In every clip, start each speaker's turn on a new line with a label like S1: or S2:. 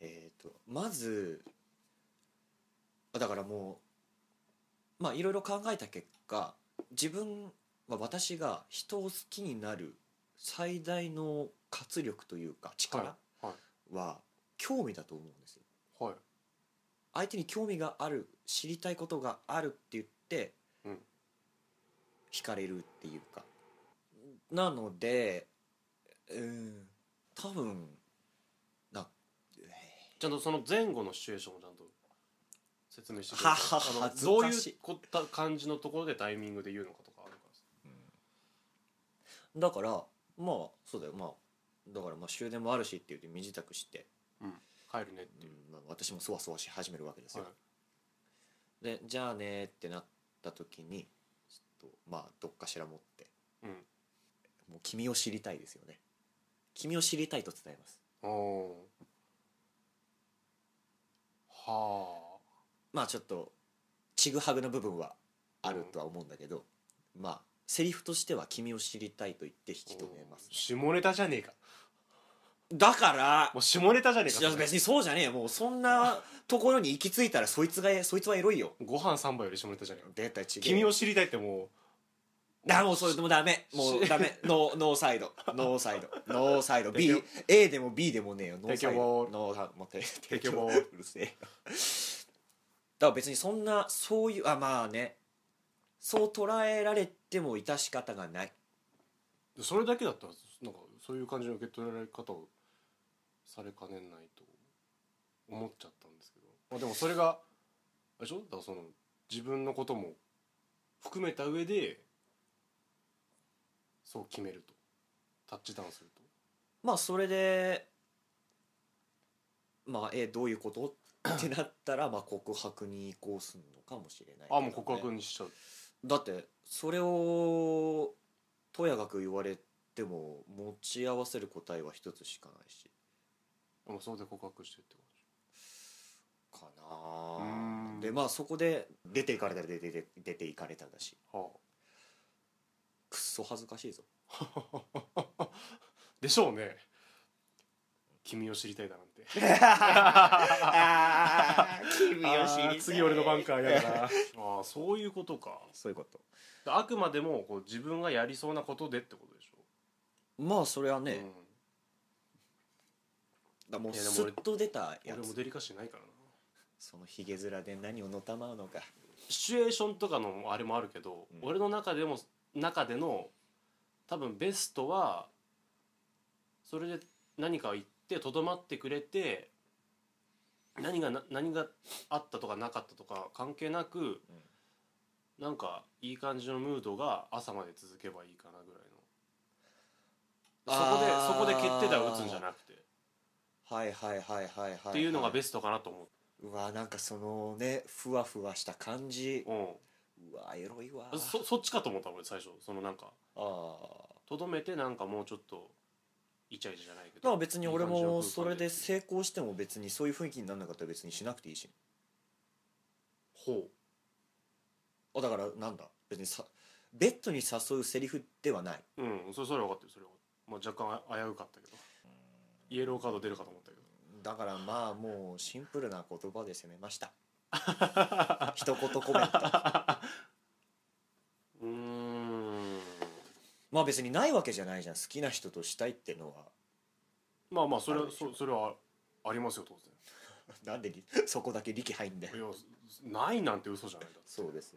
S1: えー、とまずあだからもうまあいろいろ考えた結果自分は私が人を好きになる最大の活力というか力
S2: はい
S1: は興味だと思うんですよ。
S2: はい
S1: 相手に興味がある知りたいことがあるって言って、
S2: うん
S1: 惹かれるっていうかなのでうん多分な
S2: ちゃんとその前後のシチュエーションをちゃんと説明してく
S1: はは
S2: あの
S1: 恥ず
S2: どう
S1: か
S2: い
S1: しいう
S2: こった感じのところでタイミングで言うのかとかあるからさ
S1: だからまあそうだよまあだからまあ終電もあるしって言って身支度して、
S2: 帰るねっ
S1: う
S2: ていうん
S1: まあ、私もそわそわし始めるわけですよ、
S2: は
S1: でじゃあねーってなった時にちょっとまあどっかしら持って
S2: い、
S1: もう君を知りたいですよね君を知りたいと伝えます
S2: うん、おーは
S1: まあちょっとちぐはぐな部分はあるとは思うんだけど、まあセリフとしては「君を知りたい」と言って引
S2: あ
S1: き止めます、
S2: 下ネタじゃねえか
S1: だから
S2: もう下ネタじゃねえか
S1: いや別にそうじゃねえよもうそんなところに行き着いたらそいつがそいつはエロいよ
S2: ご飯3杯より下ネタじゃねえか
S1: 絶対違う
S2: 君を知りたいっても
S1: だもうそれでもダメもうダ メノーノーサイドノーサイドノーサイド B
S2: 提
S1: A でも B でもねえよノーサイ
S2: 提供ボー
S1: ド
S2: ル
S1: ノーサイド持って
S2: 提供ボール
S1: うるせえよだから別にそんなそういうあまあねそう捉えられても致し方がないう
S2: それだけだったらなんかそういう感じの受け取られ方をされかねないと思っちゃったんですけど、まあ、でもそれがあれでしょだからその自分のことも含めた上でそう決めるとタッチダウンすると
S1: まあそれでまあえどういうことってなった らまあ告白に移行するのかもしれないけどね、
S2: あもう告白にしちゃう
S1: だってそれをとやかく言われても持ち合わせる答えは一つしかないし
S2: あもうそれで告白してってこ
S1: かな
S2: うー
S1: あ
S2: ん
S1: でまあそこで出ていかれたら出て出て出ていかれただし
S2: と、は
S1: くっそ恥ずかしいぞ
S2: あ、でしょうね君を知りたいだなんて
S1: ああ君
S2: あー次俺の番かやだなあーそういうことか
S1: そういうこと
S2: あくまでもこう自分がやりそうなことでってことでし
S1: まあそれは
S2: ょ、
S1: ね、だからもう
S2: いやでも
S1: ス
S2: 俺
S1: ッと出た
S2: うん、
S1: や
S2: 俺も
S1: つ
S2: デリカシーないからな
S1: そのひげ面で何をのたまうのか
S2: シチュエーションとかのあれもあるけど、
S1: うん
S2: 俺の中でも中での多分ベストはそれで何かを言ってとどまってくれて何がな何があったとかなかったとか関係なく、なんかいい感じのムードが朝まで続けばいいかなぐらいの
S1: あー
S2: そこでそこで決定打を打つんじゃなくて
S1: はいはいはいはいはい、は
S2: っていうのがベ
S1: ス
S2: ストかなと思う、
S1: うわなんかそのねふわふわした感じうわエロいわ
S2: うん、そそっちかと思った俺最初そのなんか
S1: ああ
S2: とどめてなんかもうちょっとイチャイチャじゃないけ
S1: だから
S2: ど
S1: 別に俺もそれ
S2: い
S1: で
S2: い感じの
S1: 成功しても別にそういう雰囲気にならなかったら別にしなくていいし
S2: 空間で
S1: あだからなんだ別にさベッドに誘うセリフではない
S2: ほううんそれそれは分かってるそれは分かってる、まあ、若干あ危うかったけどイエローカード出るかと思ったけど
S1: だからまあもうシンプルな言葉で攻めました一言コメント
S2: うーん
S1: まあ別にないわけじゃないじゃん好きな人としたいってのは
S2: まあまあそれ
S1: あ
S2: は
S1: るでしょ
S2: そそれはありますよ当然
S1: なんでりそこだけ力入んだ
S2: い
S1: よ
S2: やないなんて嘘じゃないだって
S1: そうです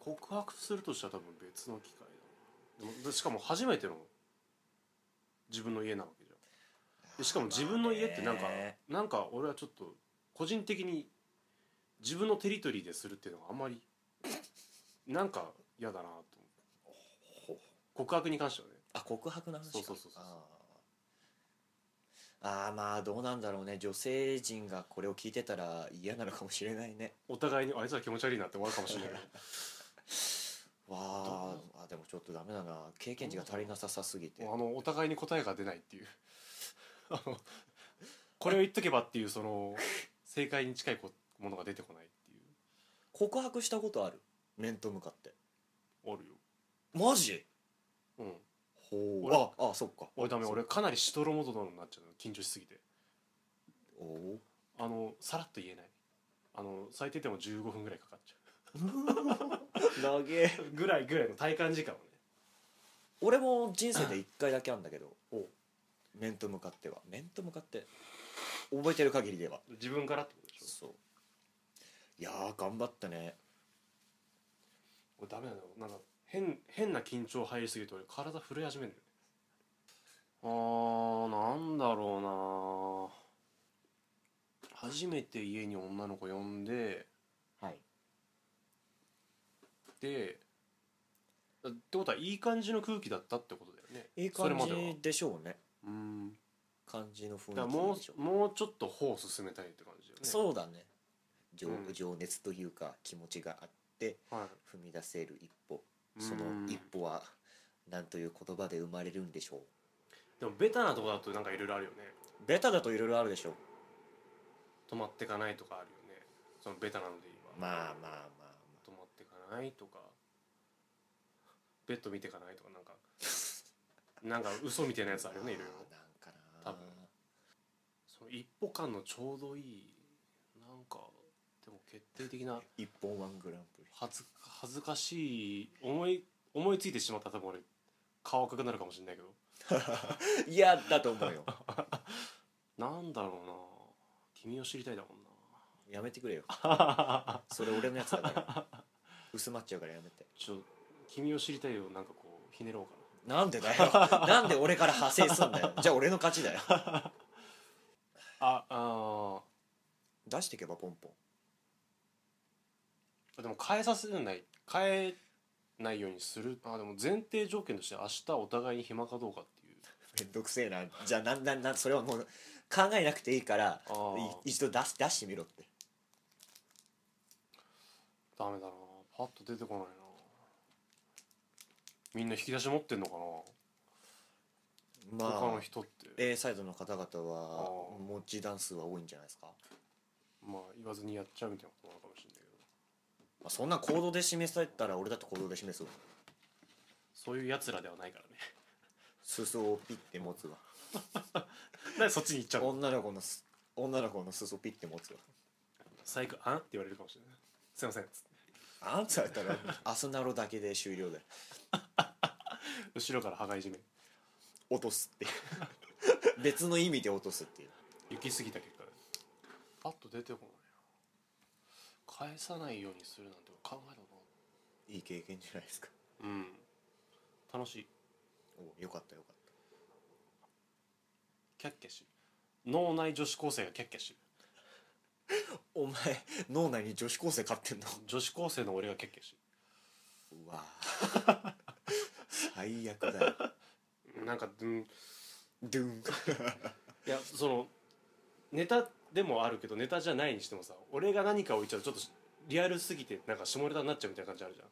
S2: 告白するとしたら多分別の機会だなでもでしかも初めての自分の家なわけじゃんでしかも自分の家ってなんか、
S1: まあね
S2: なんか俺はちょっと個人的に自分のテリトリーでするっていうのがあんまりなんか嫌だなと思って告白に関してはね
S1: あ告白の話か
S2: そうそうそうそう
S1: あーあーまあどうなんだろうね女性陣がこれを聞いてたら嫌なのかもしれないね
S2: お互いにあいつは気持ち悪いなって終わるかもしれないけど
S1: わーあでもちょっとダメだな経験値が足りなささすぎて
S2: もうあのお互いに答えが出ないっていうあのこれを言っとけばっていうその正解に近いこものが出てこないっていう
S1: 告白したことある面と向かって
S2: あるよ
S1: マジ
S2: うん
S1: ほう
S2: 俺
S1: ああそっか
S2: 俺ダメ
S1: そう
S2: 俺かなりシトロモトドになっちゃうの緊張しすぎて
S1: おお
S2: あのさらっと言えないあの最低でも15分ぐらいかかっちゃ
S1: 投げ
S2: うぐらいぐらいの体感時間をね
S1: 俺も人生で1回だけあんだけど
S2: お
S1: 面と向かっては面と向かって覚えてる限りでは
S2: 自分からってことでしょ
S1: そういやー頑張ったね
S2: 俺ダメなんだよなんか変変な緊張入りすぎて俺体震え始めるんだよねあーなんだろうな初めて家に女の子呼んで
S1: はい
S2: でだってことはいい感じの空気だったってことだよね
S1: いい
S2: それ
S1: 感
S2: までは
S1: じでしょうね
S2: うんだ
S1: 感じの雰
S2: から
S1: 囲
S2: も
S1: 気でしょう
S2: うもうちょっと歩を進めたいって感じだよね
S1: そうだね情
S2: うん
S1: 情熱というか気持ちがあって
S2: う、は
S1: 踏み出せる一歩
S2: い、
S1: その
S2: うん
S1: 一歩は何という言葉で生まれるんでしょ
S2: でもベタなとこだとなんかいろいろあるよね
S1: うベタだといろいろあるでしょう
S2: 止まってかないとかあるよねそのベタなので言えば
S1: まあまあまあま
S2: 止まってかないとかベッド見てかないとか なんかなんか嘘みたいなやつあ
S1: あ
S2: るよねいろいろ
S1: あーなんかな
S2: 多分その一歩間のちょうどいいなんかでも決定的な
S1: 一本ワングランプリ
S2: 恥ず恥ずかしい思い思いついてしまったら多分俺顔赤くなるかもしれないけど
S1: いやだと思うよ
S2: なんだろうな君を知りたいだもんな
S1: やめてく れよそれ俺のやつだから薄まっちゃうからやめて
S2: ちょ君を知りたいをなんかこうひねろうかな
S1: なんでだよなんで俺から派生すんだよじゃあ俺の勝ちだよ
S2: ああ
S1: 出してけばポンポン
S2: でも変えさせない変えないようにするあでも前提条件として明日お互いに暇かどうかっていう
S1: めんどくせえなじゃあなんなんなんそれはもう考えなくていいから
S2: あー
S1: い一度出し出してみろって
S2: ダメだなパッと出てこないなみんな引き出し持ってんのかな、
S1: ま
S2: 他の
S1: あ
S2: 人って
S1: A サイドの方々は
S2: あー
S1: 持ち段数は多いんじゃないですか、
S2: まあ言わずにやっちゃうみたいなことなのかもしれないけど
S1: まあ、そんな行動で示されたら俺だって行動で示すわ
S2: そういうやつらではないからね
S1: 裾をピッて持つわ
S2: なんでそっちに行っちゃうの
S1: 女の子のす女の子の裾ピッて持つわ
S2: 最悪あんって言われるかもしれないすいませんつって
S1: あんたや ったらアスナロだけで終了だよ
S2: 後ろから羽がいじめ
S1: 落とすっていう 別の意味で落とすっていう
S2: 行き過ぎた結果パッと出てこないな返さないようにするなんて考えたことない
S1: いい経験じゃないですか
S2: うん楽しい
S1: およかったよかっ
S2: キャッキャしてる脳内女子高生がキャッキャしてる
S1: たお前脳内に女子高生飼ってんの
S2: 女子高生の俺がキャッキャして
S1: うわぁ最悪だよ
S2: るなんか、うん、い
S1: ドゥン
S2: やそのネタでもあるけどネタじゃないにしてもさ俺が何かを言っちゃうとちょっとリアルすぎてなんか下ネタになっちゃうみたいな感じあるじゃん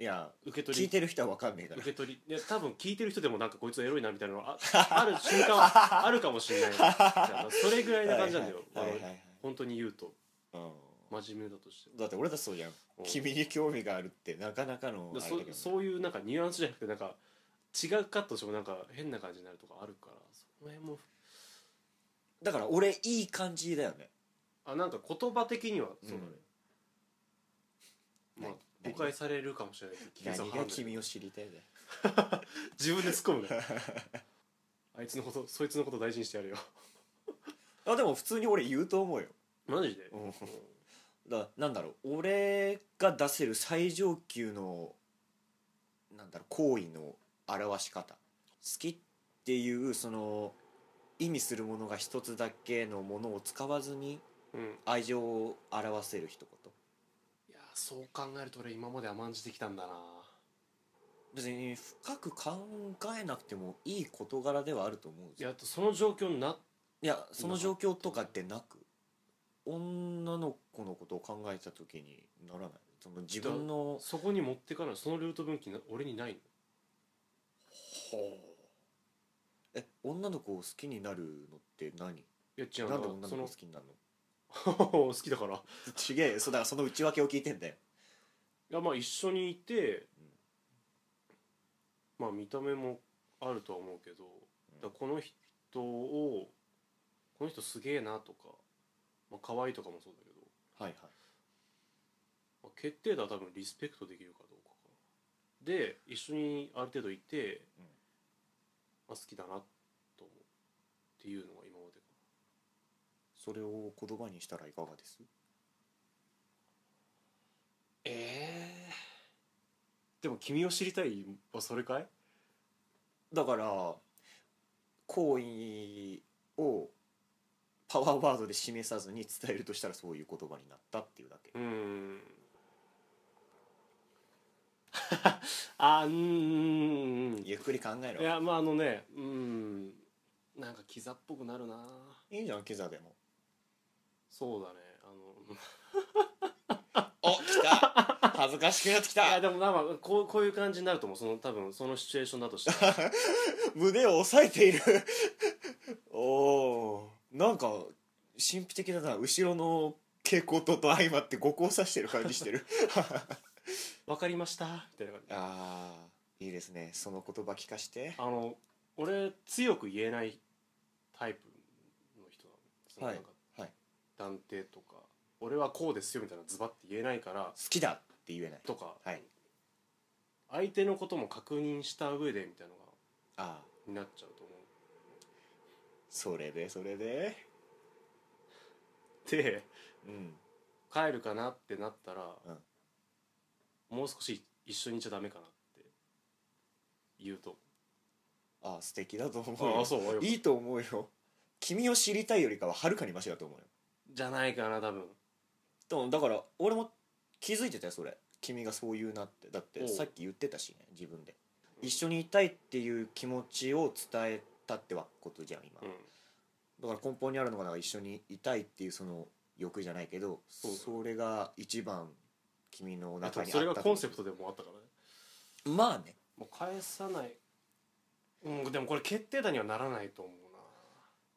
S1: いや
S2: 受け取
S1: 聞い
S2: り
S1: てる人は分かんねえから
S2: 受け取りいや多分聞いてる人でもなんかこいつエロいなみたいなのあ ある瞬間はあるかもしれないじゃんそれぐらいな感じなんだよ、
S1: はいはいはい
S2: あ
S1: は
S2: の
S1: い
S2: 本当に言うと
S1: はい
S2: 真面目だとして
S1: うんだって俺だってそうじゃん
S2: うん
S1: 君に興味があるってなかなかのあれだ
S2: でそ
S1: けどね
S2: そういうなんかニュアンスじゃなくてなんか違うカットしてもなんか変な感じになるとかあるからその辺も
S1: だから俺いい感じだよね
S2: あなんか言葉的にはそうだね、
S1: うん
S2: まあ
S1: 何
S2: 誤解されるかもしれないけど
S1: 何
S2: 危険性をはら
S1: が
S2: んで
S1: 君を知りたいだよ
S2: 自分で突っ込むねあいつのことそいつのこと大事にしてやるよ
S1: あでも普通に俺言うと思うよ
S2: マジで、
S1: うんだなんだろう俺が出せる最上級のなんだろう行為の表し方好きっていうその意味するものが一つだけのものを使わずに
S2: うん
S1: 愛情を表せる一言
S2: いやそう考えると俺今まで甘んじてきたんだな
S1: 別に深く考えなくてもいい事柄ではあると思う
S2: い
S1: いや
S2: やその状況になっ
S1: いやその状況とかでなく女の子のことを考えた時にならないその自分の
S2: そこに持ってかないそのルート分岐な俺にないの
S1: え女の子を好きになるのって何
S2: いや違う
S1: なん
S2: だ
S1: ん
S2: か
S1: で女の
S2: らそ
S1: 子
S2: の
S1: 好きになるの
S2: 好好きだから
S1: ちげえよそうだからその内訳を聞いてんだよ
S2: いやまあ一緒にいて、
S1: うん
S2: まあ見た目もあるとは思うけど、
S1: ん
S2: だからこの人をこの人すげえなとか、まあ可愛いとかもそうだけど、
S1: はいはい
S2: まあ決定打は多分リスペクトできるかどうかかなで一緒にある程度いて、
S1: うん
S2: まあ、好きだなと思うっていうのが今までか
S1: それを言葉にしたらいかがです
S2: なええでも君を知りたいはそれかい
S1: だから行為をパワーワードで示さずに伝えるとしたらそういう言葉になったっていうだけ
S2: うーん あうーんい
S1: ゆっくり考えろ
S2: やまああのねうーんなんかキザっぽくなるない
S1: いじゃんキザでも
S2: そうだねあの
S1: お来た恥ずかしくなってき
S2: いや
S1: た
S2: でも まあまあこうこういう感じになると思うその多分そのシチュエーションだと して
S1: 胸を押さえている おーなんか神秘的だな後ろの蛍光灯と相まって五光さしてる感じ してる
S2: わかりましたみたいな感じ
S1: あーいいですねその言葉聞かして
S2: あの俺強く言えないタイプの人なのその
S1: はい
S2: なんか
S1: はい好
S2: 断定とか俺はこうですよみたいなズバッて言えないから
S1: きだって言えない
S2: とか、
S1: はい
S2: 相手のことも確認した上でみたいなのが
S1: ああ
S2: になっちゃうと思
S1: それでそれで
S2: うで
S1: うん
S2: 帰るかなってなったら、もう少し一緒にいちゃダメかなって言うと
S1: ああ素敵だと思う
S2: あ
S1: よ
S2: あそう
S1: いいと思うよ君を知りたいよりかははるかにマシだと思うよ
S2: じゃないかな多分
S1: でもだから俺も気づいてたよそれ君がそう言うなってだっ
S2: お
S1: て
S2: う
S1: さっき言ってたしね自分で
S2: うん
S1: 一緒にいたいっていう気持ちを伝えたってわことじゃん今、
S2: うん
S1: だから根本にあるのがなんか一緒にいたいっていうその欲じゃないけどそ
S2: そう
S1: れが一番君の
S2: あ
S1: 中にあ
S2: と
S1: った
S2: それがコンセプ
S1: ト
S2: トでもあったからね
S1: まあね
S2: もう返さないうんでもこれ決定打にはならないと思うな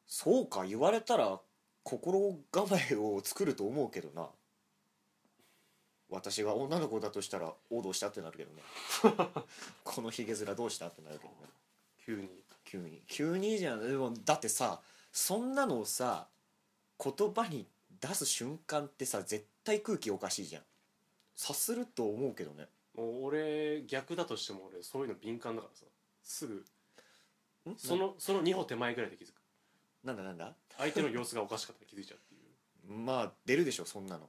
S1: そうか言われたら心構えを作ると思うけどな私が女の子だとしたら「おどうした?」ってなるけどね このひげ面どうしたってなるけどね
S2: 急に
S1: 急に急にじゃんでもだってさそんなのをさ言葉に出す瞬間ってさ絶対空気おかしいじゃん察すると思うけどね
S2: もう俺逆だとしても俺そういうの敏感だからさすぐ
S1: ん
S2: そのその2歩手前ぐらいで気づく
S1: ななんだなんだ
S2: 相手の様子がおかしかったら気づいちゃうっていう
S1: まあ出るでしょそんなの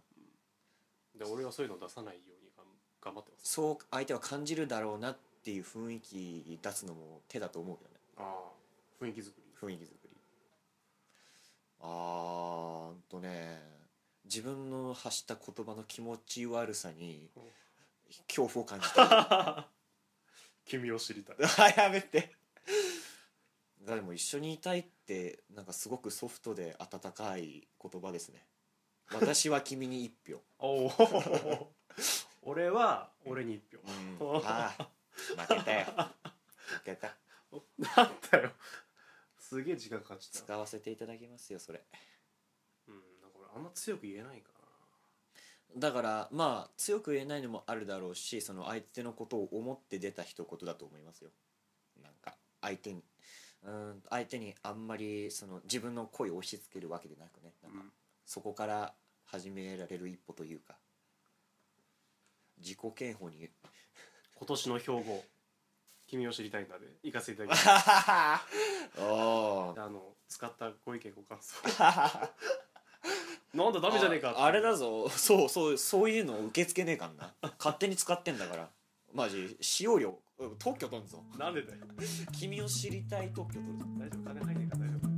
S2: で俺はそういうの出さないようにがん頑張ってます
S1: そう相手は感じるだろうなっていう雰囲気出すのも手だと思うけどね
S2: ああ雰囲気作り
S1: 雰囲気作りあーうんとね自分の発した言葉の気持ち悪さに
S2: うん
S1: 恐怖を感じた
S2: 君を知り たい
S1: やめてでも一緒にいたいってなんかすごくソフトで温かい言葉ですね私は君に一票
S2: おお俺は俺に一
S1: うん
S2: 票
S1: ああ負けた よ負けた
S2: なんだよすげえ時間かかっちゃった
S1: 使わせていただきますよそれ
S2: うんなんか俺あんま強く言えないか
S1: だからまあ強く言えないのもあるだろうしその相手のことを思って出た一言だと思いますよなんか相手にうーん相手にあんまりその自分の声を押し付けるわけでなくねな
S2: なん
S1: かそこから始められる一歩というか自己嫌悪 に
S2: 今年の標語「君を知りたいんだ」で行かせていただきます
S1: おー
S2: あの使ったご意見ご感想なんだダメじゃねえかって
S1: ああれだぞそうそうそういうのを受け付けねえかんな勝手に使ってんだからマジ使用料うん特許取んぞ
S2: なんでだよ
S1: 君を知りたい特許取るぞ
S2: 大丈夫金入んねえから大丈夫